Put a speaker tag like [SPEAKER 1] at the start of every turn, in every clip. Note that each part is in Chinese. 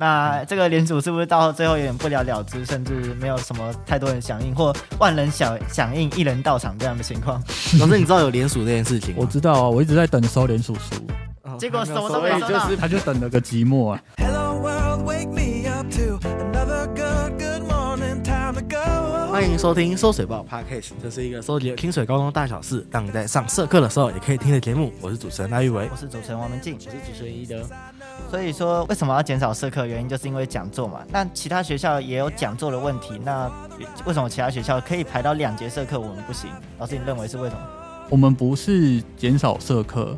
[SPEAKER 1] 那这个联署是不是到最后有点不了了之，甚至没有什么太多人响应，或万人响响应一人到场这样的情况？
[SPEAKER 2] 老师，你知道有联署这件事情
[SPEAKER 3] 我
[SPEAKER 2] 吗？
[SPEAKER 3] 知道啊，我一直在等收联署书，
[SPEAKER 2] 我
[SPEAKER 1] 结果什么都
[SPEAKER 4] 所
[SPEAKER 1] 哦没
[SPEAKER 4] 以
[SPEAKER 1] 收
[SPEAKER 4] 就
[SPEAKER 1] 到。
[SPEAKER 4] 是
[SPEAKER 3] 他就等了个寂寞啊。
[SPEAKER 5] Hello world, wake me up to another good, good morning, time to go.
[SPEAKER 2] 欢迎收听《收水报》Podcast，这是一个收集清水高中大小事，让你在上社课的时候也可以听的节目。我是主持人赖玉维
[SPEAKER 1] 我。是主持人王文静，
[SPEAKER 4] 我是主持人一德，
[SPEAKER 1] 所以说为什么要减少社课？原因就是因为讲座嘛。那其他学校也有讲座的问题，那为什么其他学校可以排到两节社课，我们不行？老师，你认为是为什么？
[SPEAKER 3] 我们不是减少社课，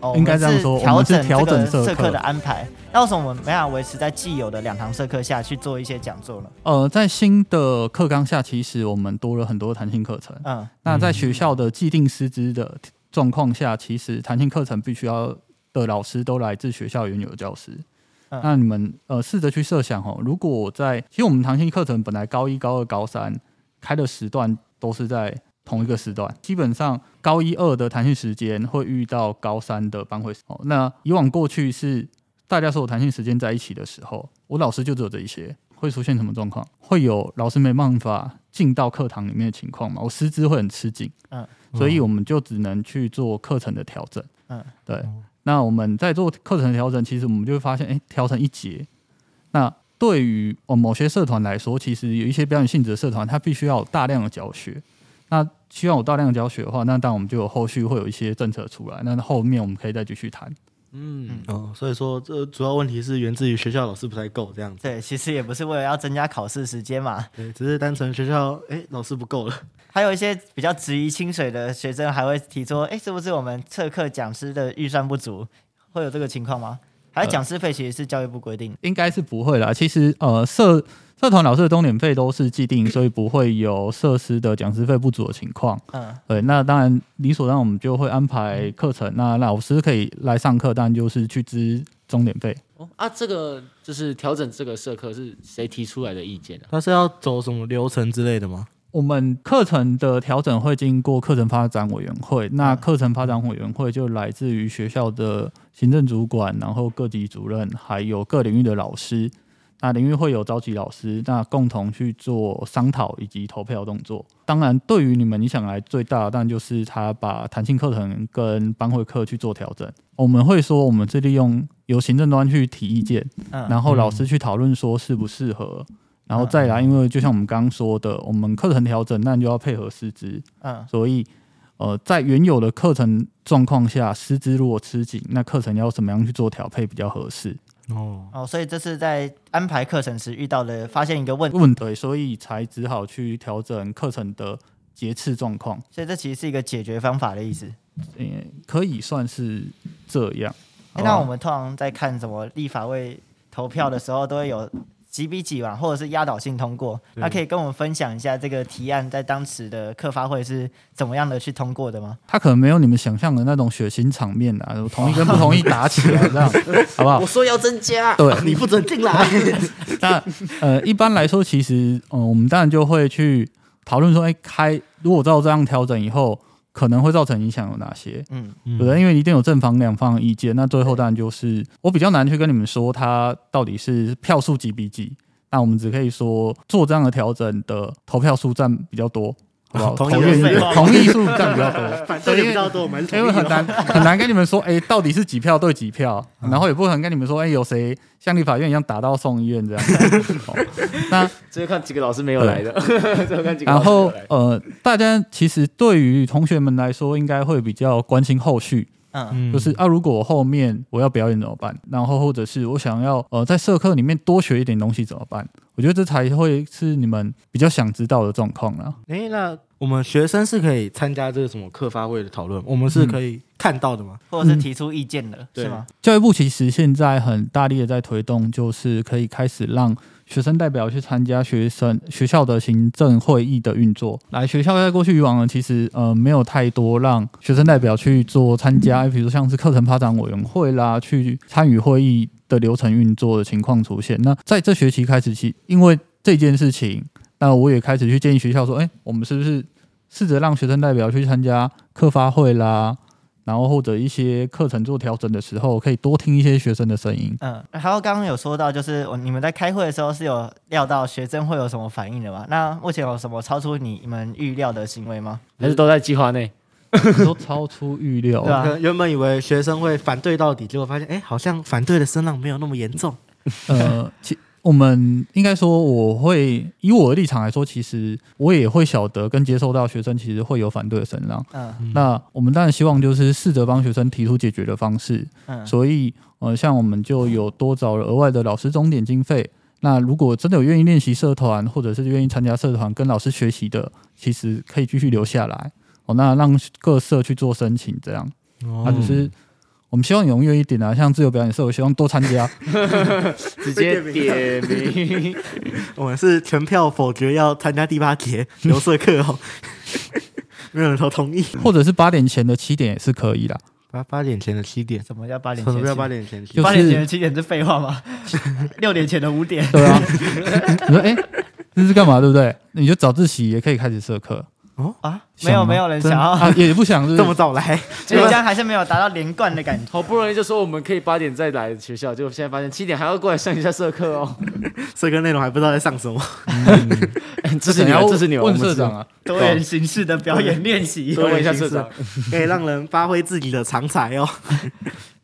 [SPEAKER 1] 哦，
[SPEAKER 3] 应该这样说
[SPEAKER 1] 我们是
[SPEAKER 3] 我们是调整
[SPEAKER 1] 这个
[SPEAKER 3] 社
[SPEAKER 1] 社
[SPEAKER 3] 课
[SPEAKER 1] 课的安排。那为什么我们没法维持在既有的两堂社课下去做一些讲座呢？
[SPEAKER 3] 呃，在新的课纲下，其实我们多了很多弹性课程。
[SPEAKER 1] 嗯，
[SPEAKER 3] 那在学校的既定师资的状况下，其实弹性课程必须要的老师都来自学校原有的教师。
[SPEAKER 1] 嗯
[SPEAKER 3] 那你们呃试着去设想哦，如果我在其实我们弹性课程本来高一、高二、高三开的时段都是在同一个时段，基本上高一二的弹性时间会遇到高三的班会时哦。那以往过去是大家所有弹性时间在一起的时候，我老师就只有这一些，会出现什么状况？会有老师没办法进到课堂里面的情况嘛？我师资会很吃紧，
[SPEAKER 1] 嗯，
[SPEAKER 3] 所以我们就只能去做课程的调整，
[SPEAKER 1] 嗯，
[SPEAKER 3] 对。那我们在做课程调整，其实我们就会发现，哎、调成一节，那对于哦某些社团来说，其实有一些表演性质的社团，它必须要有大量的教学。那需要有大量的教学的话，那当然我们就有后续会有一些政策出来，那后面我们可以再继续谈。
[SPEAKER 2] 嗯，哦，所以说这主要问题是源自于学校老师不太够这样子。
[SPEAKER 1] 对，其实也不是为了要增加考试时间嘛，
[SPEAKER 2] 对，只是单纯学校哎老师不够了。
[SPEAKER 1] 还有一些比较质疑清水的学生还会提出，哎、是不是我们测课讲师的预算不足？会有这个情况吗？还有讲师费其实是教育部规定的，
[SPEAKER 3] 应该是不会啦。其实呃，社社团老师的钟点费都是既定，所以不会有设施的讲师费不足的情况。
[SPEAKER 1] 嗯，
[SPEAKER 3] 对，那当然理所当然我们就会安排课程，那老师可以来上课，当然就是去支钟点费。
[SPEAKER 4] 哦啊，这个就是调整这个社课是谁提出来的意见啊？
[SPEAKER 2] 他是要走什么流程之类的吗？
[SPEAKER 3] 我们课程的调整会经过课程发展委员会，那课程发展委员会就来自于学校的行政主管，然后各级主任，还有各领域的老师。那领域会有召集老师，那共同去做商讨以及投票动作。当然，对于你们你想来最大的，当然就是他把弹性课程跟班会课去做调整。我们会说，我们是利用由行政端去提意见，
[SPEAKER 1] 嗯
[SPEAKER 3] 然后老师去讨论说适不适合，然后再来，因为就像我们刚刚说的，我们课程调整，那你就要配合师资，
[SPEAKER 1] 嗯，
[SPEAKER 3] 所以呃，在原有的课程状况下，师资如果吃紧，那课程要怎么样去做调配比较合适？
[SPEAKER 2] 哦，
[SPEAKER 1] 哦，所以这是在安排课程时遇到的，发现一个问题，
[SPEAKER 3] 问对，所以才只好去调整课程的节次状况，
[SPEAKER 1] 所以这其实是一个解决方法的意思。
[SPEAKER 3] 嗯、可以算是这样。
[SPEAKER 1] 诶
[SPEAKER 3] 好吧
[SPEAKER 1] 那我们通常在看什么立法会投票的时候，都会有几比几嘛，或者是压倒性通过。那可以跟我们分享一下这个提案在当时的课发会是怎么样的去通过的吗？
[SPEAKER 3] 他可能没有你们想象的那种血腥场面啊，我同意跟不同意打起来这样，好
[SPEAKER 2] 哦
[SPEAKER 3] 不好？
[SPEAKER 4] 说要增加，
[SPEAKER 3] 对，
[SPEAKER 2] 你不准进来。
[SPEAKER 3] 那呃，一般来说，其实呃，我们当然就会去讨论说，哎、开如果照这样调整以后，可能会造成影响有哪些？
[SPEAKER 1] 嗯，
[SPEAKER 3] 对不对，因为一定有正方两方的意见。那最后当然就是我比较难去跟你们说它到底是票数几比几。那我们只可以说做这样的调整的投票数占比较多，好不好？
[SPEAKER 2] 同意
[SPEAKER 3] 投愿意
[SPEAKER 2] 的废话
[SPEAKER 3] 同意数占比较多。
[SPEAKER 2] 反对的比较多，我们
[SPEAKER 3] 因为很难很难跟你们说，哎、到底是几票对几票，
[SPEAKER 2] 嗯
[SPEAKER 3] 然后也不可能跟你们说，哎、有谁像立法院一样打到送医院 这样。哦那
[SPEAKER 4] 这个看几个老师没有来的， 这个看几个老
[SPEAKER 3] 然
[SPEAKER 4] 师没有
[SPEAKER 3] 后
[SPEAKER 4] 来的。
[SPEAKER 3] 呃，大家其实对于同学们来说，应该会比较关心后续，
[SPEAKER 1] 嗯
[SPEAKER 3] 就是啊，如果我后面我要表演怎么办？然后或者是我想要呃在社课里面多学一点东西怎么办？我觉得这才会是你们比较想知道的状况啦。
[SPEAKER 2] 哎、那我们学生是可以参加这个什么课发会的讨论，我们是可以看到的吗？
[SPEAKER 1] 或者是提出意见的，
[SPEAKER 2] 对
[SPEAKER 1] 是吗？
[SPEAKER 3] 教育部其实现在很大力的在推动，就是可以开始让学生代表去参加学生学校的行政会议的运作。来，学校在过去以往呢，其实呃没有太多让学生代表去做参加，比如说像是课程发展委员会啦，去参与会议的流程运作的情况出现。那在这学期开始起，因为这件事情，那我也开始去建议学校说，哎，我们是不是试着让学生代表去参加课发会啦？然后或者一些课程做调整的时候，可以多听一些学生的 声音。
[SPEAKER 1] 嗯，然后刚刚有说到，就是我你们在开会的时候是有料到学生会有什么反应的吗？那目前有什么超出你们预料的行为吗？
[SPEAKER 4] 还是都在计划内。
[SPEAKER 3] 都超出预料，
[SPEAKER 1] 对啊
[SPEAKER 2] 可能原本以为学生会反对到底，结果发现，哎，好像反对的声浪没有那么严重。
[SPEAKER 3] 呃，其我们应该说，我会以我的立场来说，其实我也会晓得跟接受到学生其实会有反对的声浪。
[SPEAKER 1] 嗯
[SPEAKER 3] 那我们当然希望就是试着帮学生提出解决的方式，
[SPEAKER 1] 嗯，
[SPEAKER 3] 所以呃，像我们就有多找了额外的老师终点经费。那如果真的有愿意练习社团，或者是愿意参加社团跟老师学习的，其实可以继续留下来哦。那让各社去做申请，这样
[SPEAKER 1] 哦
[SPEAKER 3] 啊，
[SPEAKER 2] 嗯
[SPEAKER 3] 只是我们希望你踊跃一点啊，像自由表演社，我希望多参 加。
[SPEAKER 4] 直接点 名。
[SPEAKER 2] 我们是全票否决要参加第八节留社课 哦，没有人投同意。
[SPEAKER 3] 或者是八点前的七点也是可以啦。
[SPEAKER 2] 八八点前的七点，
[SPEAKER 1] 什么叫八点
[SPEAKER 2] 什
[SPEAKER 1] 前？
[SPEAKER 2] 么叫八？点前？
[SPEAKER 3] 就
[SPEAKER 1] 八点前
[SPEAKER 3] 是
[SPEAKER 1] 的七点是废话吗？ 六点前的五点，
[SPEAKER 3] 对 啊，你说哎、这是干嘛？对不对？你就早自习也可以开始社课，
[SPEAKER 1] 啊，没有
[SPEAKER 3] 想吗
[SPEAKER 1] 没有人
[SPEAKER 3] 真
[SPEAKER 1] 想要，
[SPEAKER 3] 啊，也不想是
[SPEAKER 2] 这
[SPEAKER 3] 不
[SPEAKER 2] 么
[SPEAKER 3] 是
[SPEAKER 2] 早来，
[SPEAKER 1] 所以这样还是没有达到连贯的感觉。
[SPEAKER 4] 好不容易就说我们可以八点再来学校，结果现在发现七点还要过来上一下社课 哦。
[SPEAKER 2] 社课内容还不知道在上什 么。
[SPEAKER 4] 支持你们，
[SPEAKER 3] 要
[SPEAKER 4] 支持你们。
[SPEAKER 3] 问
[SPEAKER 4] 我们
[SPEAKER 3] 社
[SPEAKER 4] 支持
[SPEAKER 3] 长啊，
[SPEAKER 1] 多元形式的表演练习，
[SPEAKER 4] 多问一下社长，
[SPEAKER 2] 可以让人发挥自己的长才哦。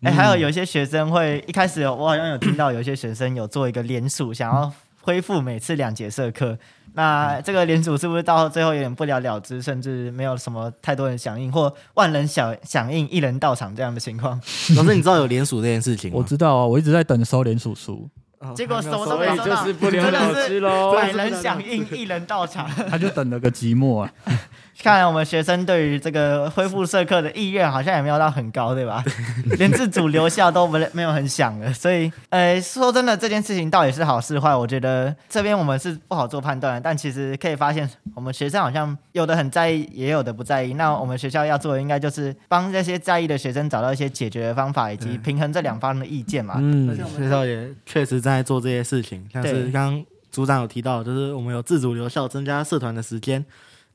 [SPEAKER 1] 哎、还有有些学生会一开始有，我好像有听到有些学生有做一个联署，想要恢复每次两节社课。那这个联署是不是到最后有点不了了之，甚至没有什么太多人响应，或万人响响应一人到场这样的情况？
[SPEAKER 2] 老师，你知道有联署这件事情吗？
[SPEAKER 3] 我知道啊，我一直在等收联署书，
[SPEAKER 2] 哦
[SPEAKER 1] 结果
[SPEAKER 2] 还没有
[SPEAKER 1] 什么
[SPEAKER 2] 收
[SPEAKER 1] 都
[SPEAKER 4] 所
[SPEAKER 1] 没
[SPEAKER 4] 以
[SPEAKER 1] 收
[SPEAKER 4] 就
[SPEAKER 1] 到
[SPEAKER 4] 是不了了之喽。
[SPEAKER 1] 百人响应，一人到场。
[SPEAKER 3] 他就等了个寂寞啊。
[SPEAKER 1] 看来我们学生对于这个恢复社课的意愿好像也没有到很高， 对吧？连自主留校都没没有很想了，所以呃，说真的，这件事情到底是好是坏，我觉得这边我们是不好做判断的。但其实可以发现，我们学生好像有的很在意，也有的不在意。那我们学校要做的应该就是帮这些在意的学生找到一些解决的方法，以及平衡这两方的意见嘛。
[SPEAKER 2] 而
[SPEAKER 4] 嗯
[SPEAKER 2] 且，我们学校也确实在做这些事情，像是
[SPEAKER 1] 对
[SPEAKER 2] 刚刚组长有提到，就是我们有自主留校，增加社团的时间。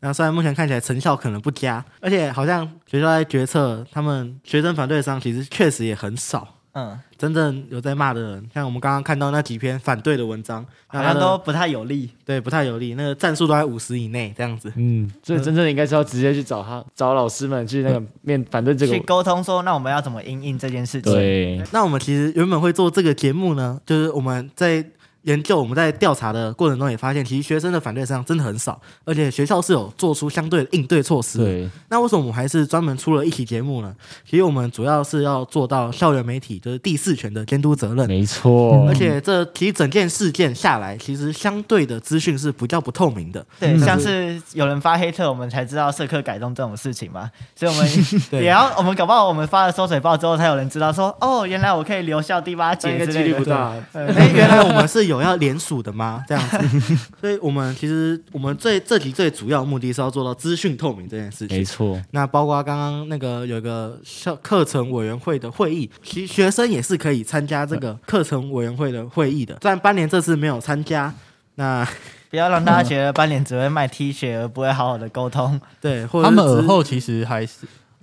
[SPEAKER 2] 那虽然目前看起来成效可能不佳，而且好像学校在决策，他们学生反对上其实确实也很少。
[SPEAKER 1] 嗯，
[SPEAKER 2] 真正有在骂的人，像我们刚刚看到那几篇反对的文章，那
[SPEAKER 1] 好
[SPEAKER 2] 他
[SPEAKER 1] 像
[SPEAKER 2] 的
[SPEAKER 1] 都不太有利。
[SPEAKER 2] 对不太有利，那个战术都在五十以内这样子。
[SPEAKER 4] 嗯，所以真正应该是要直接去找他，找老师们去那个面反对这
[SPEAKER 1] 去
[SPEAKER 4] 个。
[SPEAKER 1] 沟通说，那我们要怎么应应这件事情？
[SPEAKER 4] 对，
[SPEAKER 2] 那我们其实原本会做这个节目呢，就是我们在研究、我们在调查的过程中也发现，其实学生的反对声浪真的很少，而且学校是有做出相对的应对措施。
[SPEAKER 4] 对，
[SPEAKER 2] 那为什么我们还是专门出了一期节目呢？其实我们主要是要做到校园媒体就是第四权的监督责任。
[SPEAKER 4] 没错
[SPEAKER 3] 嗯
[SPEAKER 2] 而。且这其实整件事件下来，其实相对的资讯是比较不透明的。
[SPEAKER 1] 对，
[SPEAKER 4] 嗯
[SPEAKER 1] 像是有人发黑特，我们才知道社科改动这种事情嘛，所以我们 也要，我们搞不好我们发了收水报之后，才有人知道说，哦，原来我可以留校第八
[SPEAKER 4] 但应
[SPEAKER 1] 节
[SPEAKER 4] 该
[SPEAKER 1] 之
[SPEAKER 4] 几
[SPEAKER 1] 类
[SPEAKER 4] 率
[SPEAKER 1] 的。
[SPEAKER 4] 不大。
[SPEAKER 2] 哎、原来我们是有要联署的吗？ 这样子，所以我们其实我们最这集最主要的目的是要做到资讯透明这件事情。
[SPEAKER 4] 错，
[SPEAKER 2] 那包括刚刚那个有个校课程委员会的会议，其实学生也是可以参加这个课程委员会的会议的。虽然班联这次没有参加，那
[SPEAKER 1] 不要让大家觉得班联只会卖 T 恤，而不会好好的沟通。
[SPEAKER 2] 对，或
[SPEAKER 3] 他
[SPEAKER 2] 者是
[SPEAKER 3] 们
[SPEAKER 2] 只
[SPEAKER 3] 尔
[SPEAKER 2] 是
[SPEAKER 3] 后其实还是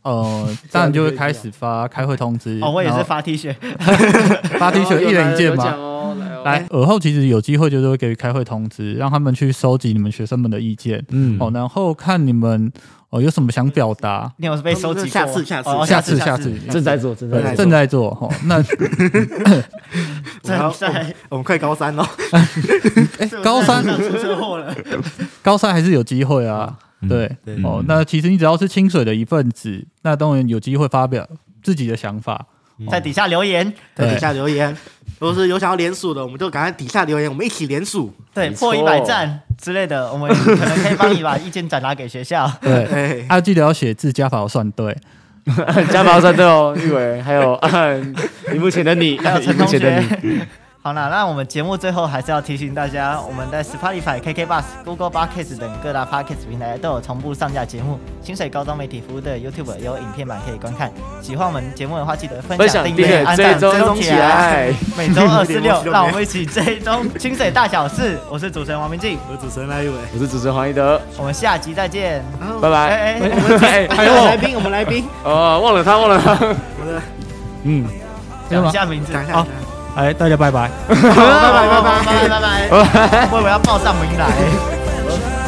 [SPEAKER 3] 呃，当然就会开始发开会通知。
[SPEAKER 1] 哦，我也
[SPEAKER 3] 然
[SPEAKER 1] 是
[SPEAKER 3] 后
[SPEAKER 1] 发 T 恤，
[SPEAKER 4] 啊
[SPEAKER 3] 发 T 恤，一人一件
[SPEAKER 4] 有奖
[SPEAKER 3] 嘛。
[SPEAKER 4] 哦，来哦
[SPEAKER 3] 来，尔后其实有机会就是会给予开会通知，让他们去收集你们学生们的意见，
[SPEAKER 4] 嗯
[SPEAKER 3] 哦，然后看你们哦有什么想表达，
[SPEAKER 1] 你有被收集过吗？
[SPEAKER 2] 下次下次
[SPEAKER 1] 哦
[SPEAKER 3] 下
[SPEAKER 1] 次
[SPEAKER 3] 次
[SPEAKER 1] 下
[SPEAKER 3] 下次
[SPEAKER 4] 正在做，正在
[SPEAKER 3] 对
[SPEAKER 4] 做，
[SPEAKER 3] 正在做哈、哦，那
[SPEAKER 2] 我们要
[SPEAKER 1] 正在
[SPEAKER 2] 我们我们快高三哦 了，
[SPEAKER 3] 哎、高三
[SPEAKER 1] 上出车祸了，
[SPEAKER 3] 高三还是有机会啊，对
[SPEAKER 2] 对
[SPEAKER 3] 哦，那其实你只要是清水的一份子，那当然有机会发表自己的想法，
[SPEAKER 4] 嗯
[SPEAKER 1] 在底下留言，
[SPEAKER 2] 在
[SPEAKER 3] 对
[SPEAKER 2] 底，下留言。如果是有想要联署的，我们就赶快底下留言，我们一起联署。
[SPEAKER 1] 对，
[SPEAKER 4] 没
[SPEAKER 1] 破一
[SPEAKER 4] 错
[SPEAKER 1] 百赞之类的，我们可能可以帮你把意见转达给学校。
[SPEAKER 3] 对，
[SPEAKER 2] 哎，
[SPEAKER 3] 啊，记得要写字加法要算对，
[SPEAKER 4] 加毛三对哦，玉伟，还有荧幕前的你，
[SPEAKER 1] 还有陈
[SPEAKER 4] 荧幕
[SPEAKER 1] 同
[SPEAKER 4] 前的你，
[SPEAKER 1] 学。 好啦，那我们节目最后还是要提醒大家，我们在 Spotify、KK Bus、Google Podcast 等各大 Podcast 平台都有同步上架节目。清水高中媒体服务的 YouTube 有影片版可以观看。喜欢我们节目的话，记得分
[SPEAKER 4] 分
[SPEAKER 1] 享、
[SPEAKER 4] 享
[SPEAKER 1] 订
[SPEAKER 4] 订
[SPEAKER 1] 阅、
[SPEAKER 4] 阅
[SPEAKER 1] 按
[SPEAKER 4] 追
[SPEAKER 1] 赞、
[SPEAKER 4] 踪
[SPEAKER 1] 追踪
[SPEAKER 4] 起
[SPEAKER 1] 起来
[SPEAKER 4] 来。
[SPEAKER 1] 每周二四
[SPEAKER 2] 有
[SPEAKER 1] 六，
[SPEAKER 2] 点
[SPEAKER 1] 让我们一起追踪清水大小事。我是主持人王明静，
[SPEAKER 2] 我是主持人赖玉伟，
[SPEAKER 4] 我是主持人黄一德，
[SPEAKER 1] 我们下集再见。
[SPEAKER 4] 拜
[SPEAKER 1] 哎
[SPEAKER 4] 拜。
[SPEAKER 1] 哎
[SPEAKER 4] 哎，还有
[SPEAKER 2] 我们来
[SPEAKER 4] 我，
[SPEAKER 2] 宾，我们来宾，
[SPEAKER 4] 哦，忘了他，忘了他。
[SPEAKER 2] 我们的
[SPEAKER 3] 嗯，
[SPEAKER 1] 讲一下名字，哦
[SPEAKER 2] 讲一下，
[SPEAKER 3] 好哎，大家拜拜。
[SPEAKER 2] 好，拜拜拜
[SPEAKER 1] 拜拜
[SPEAKER 2] 拜。
[SPEAKER 1] 拜拜，我以为要报上名来。
[SPEAKER 5] Make me try.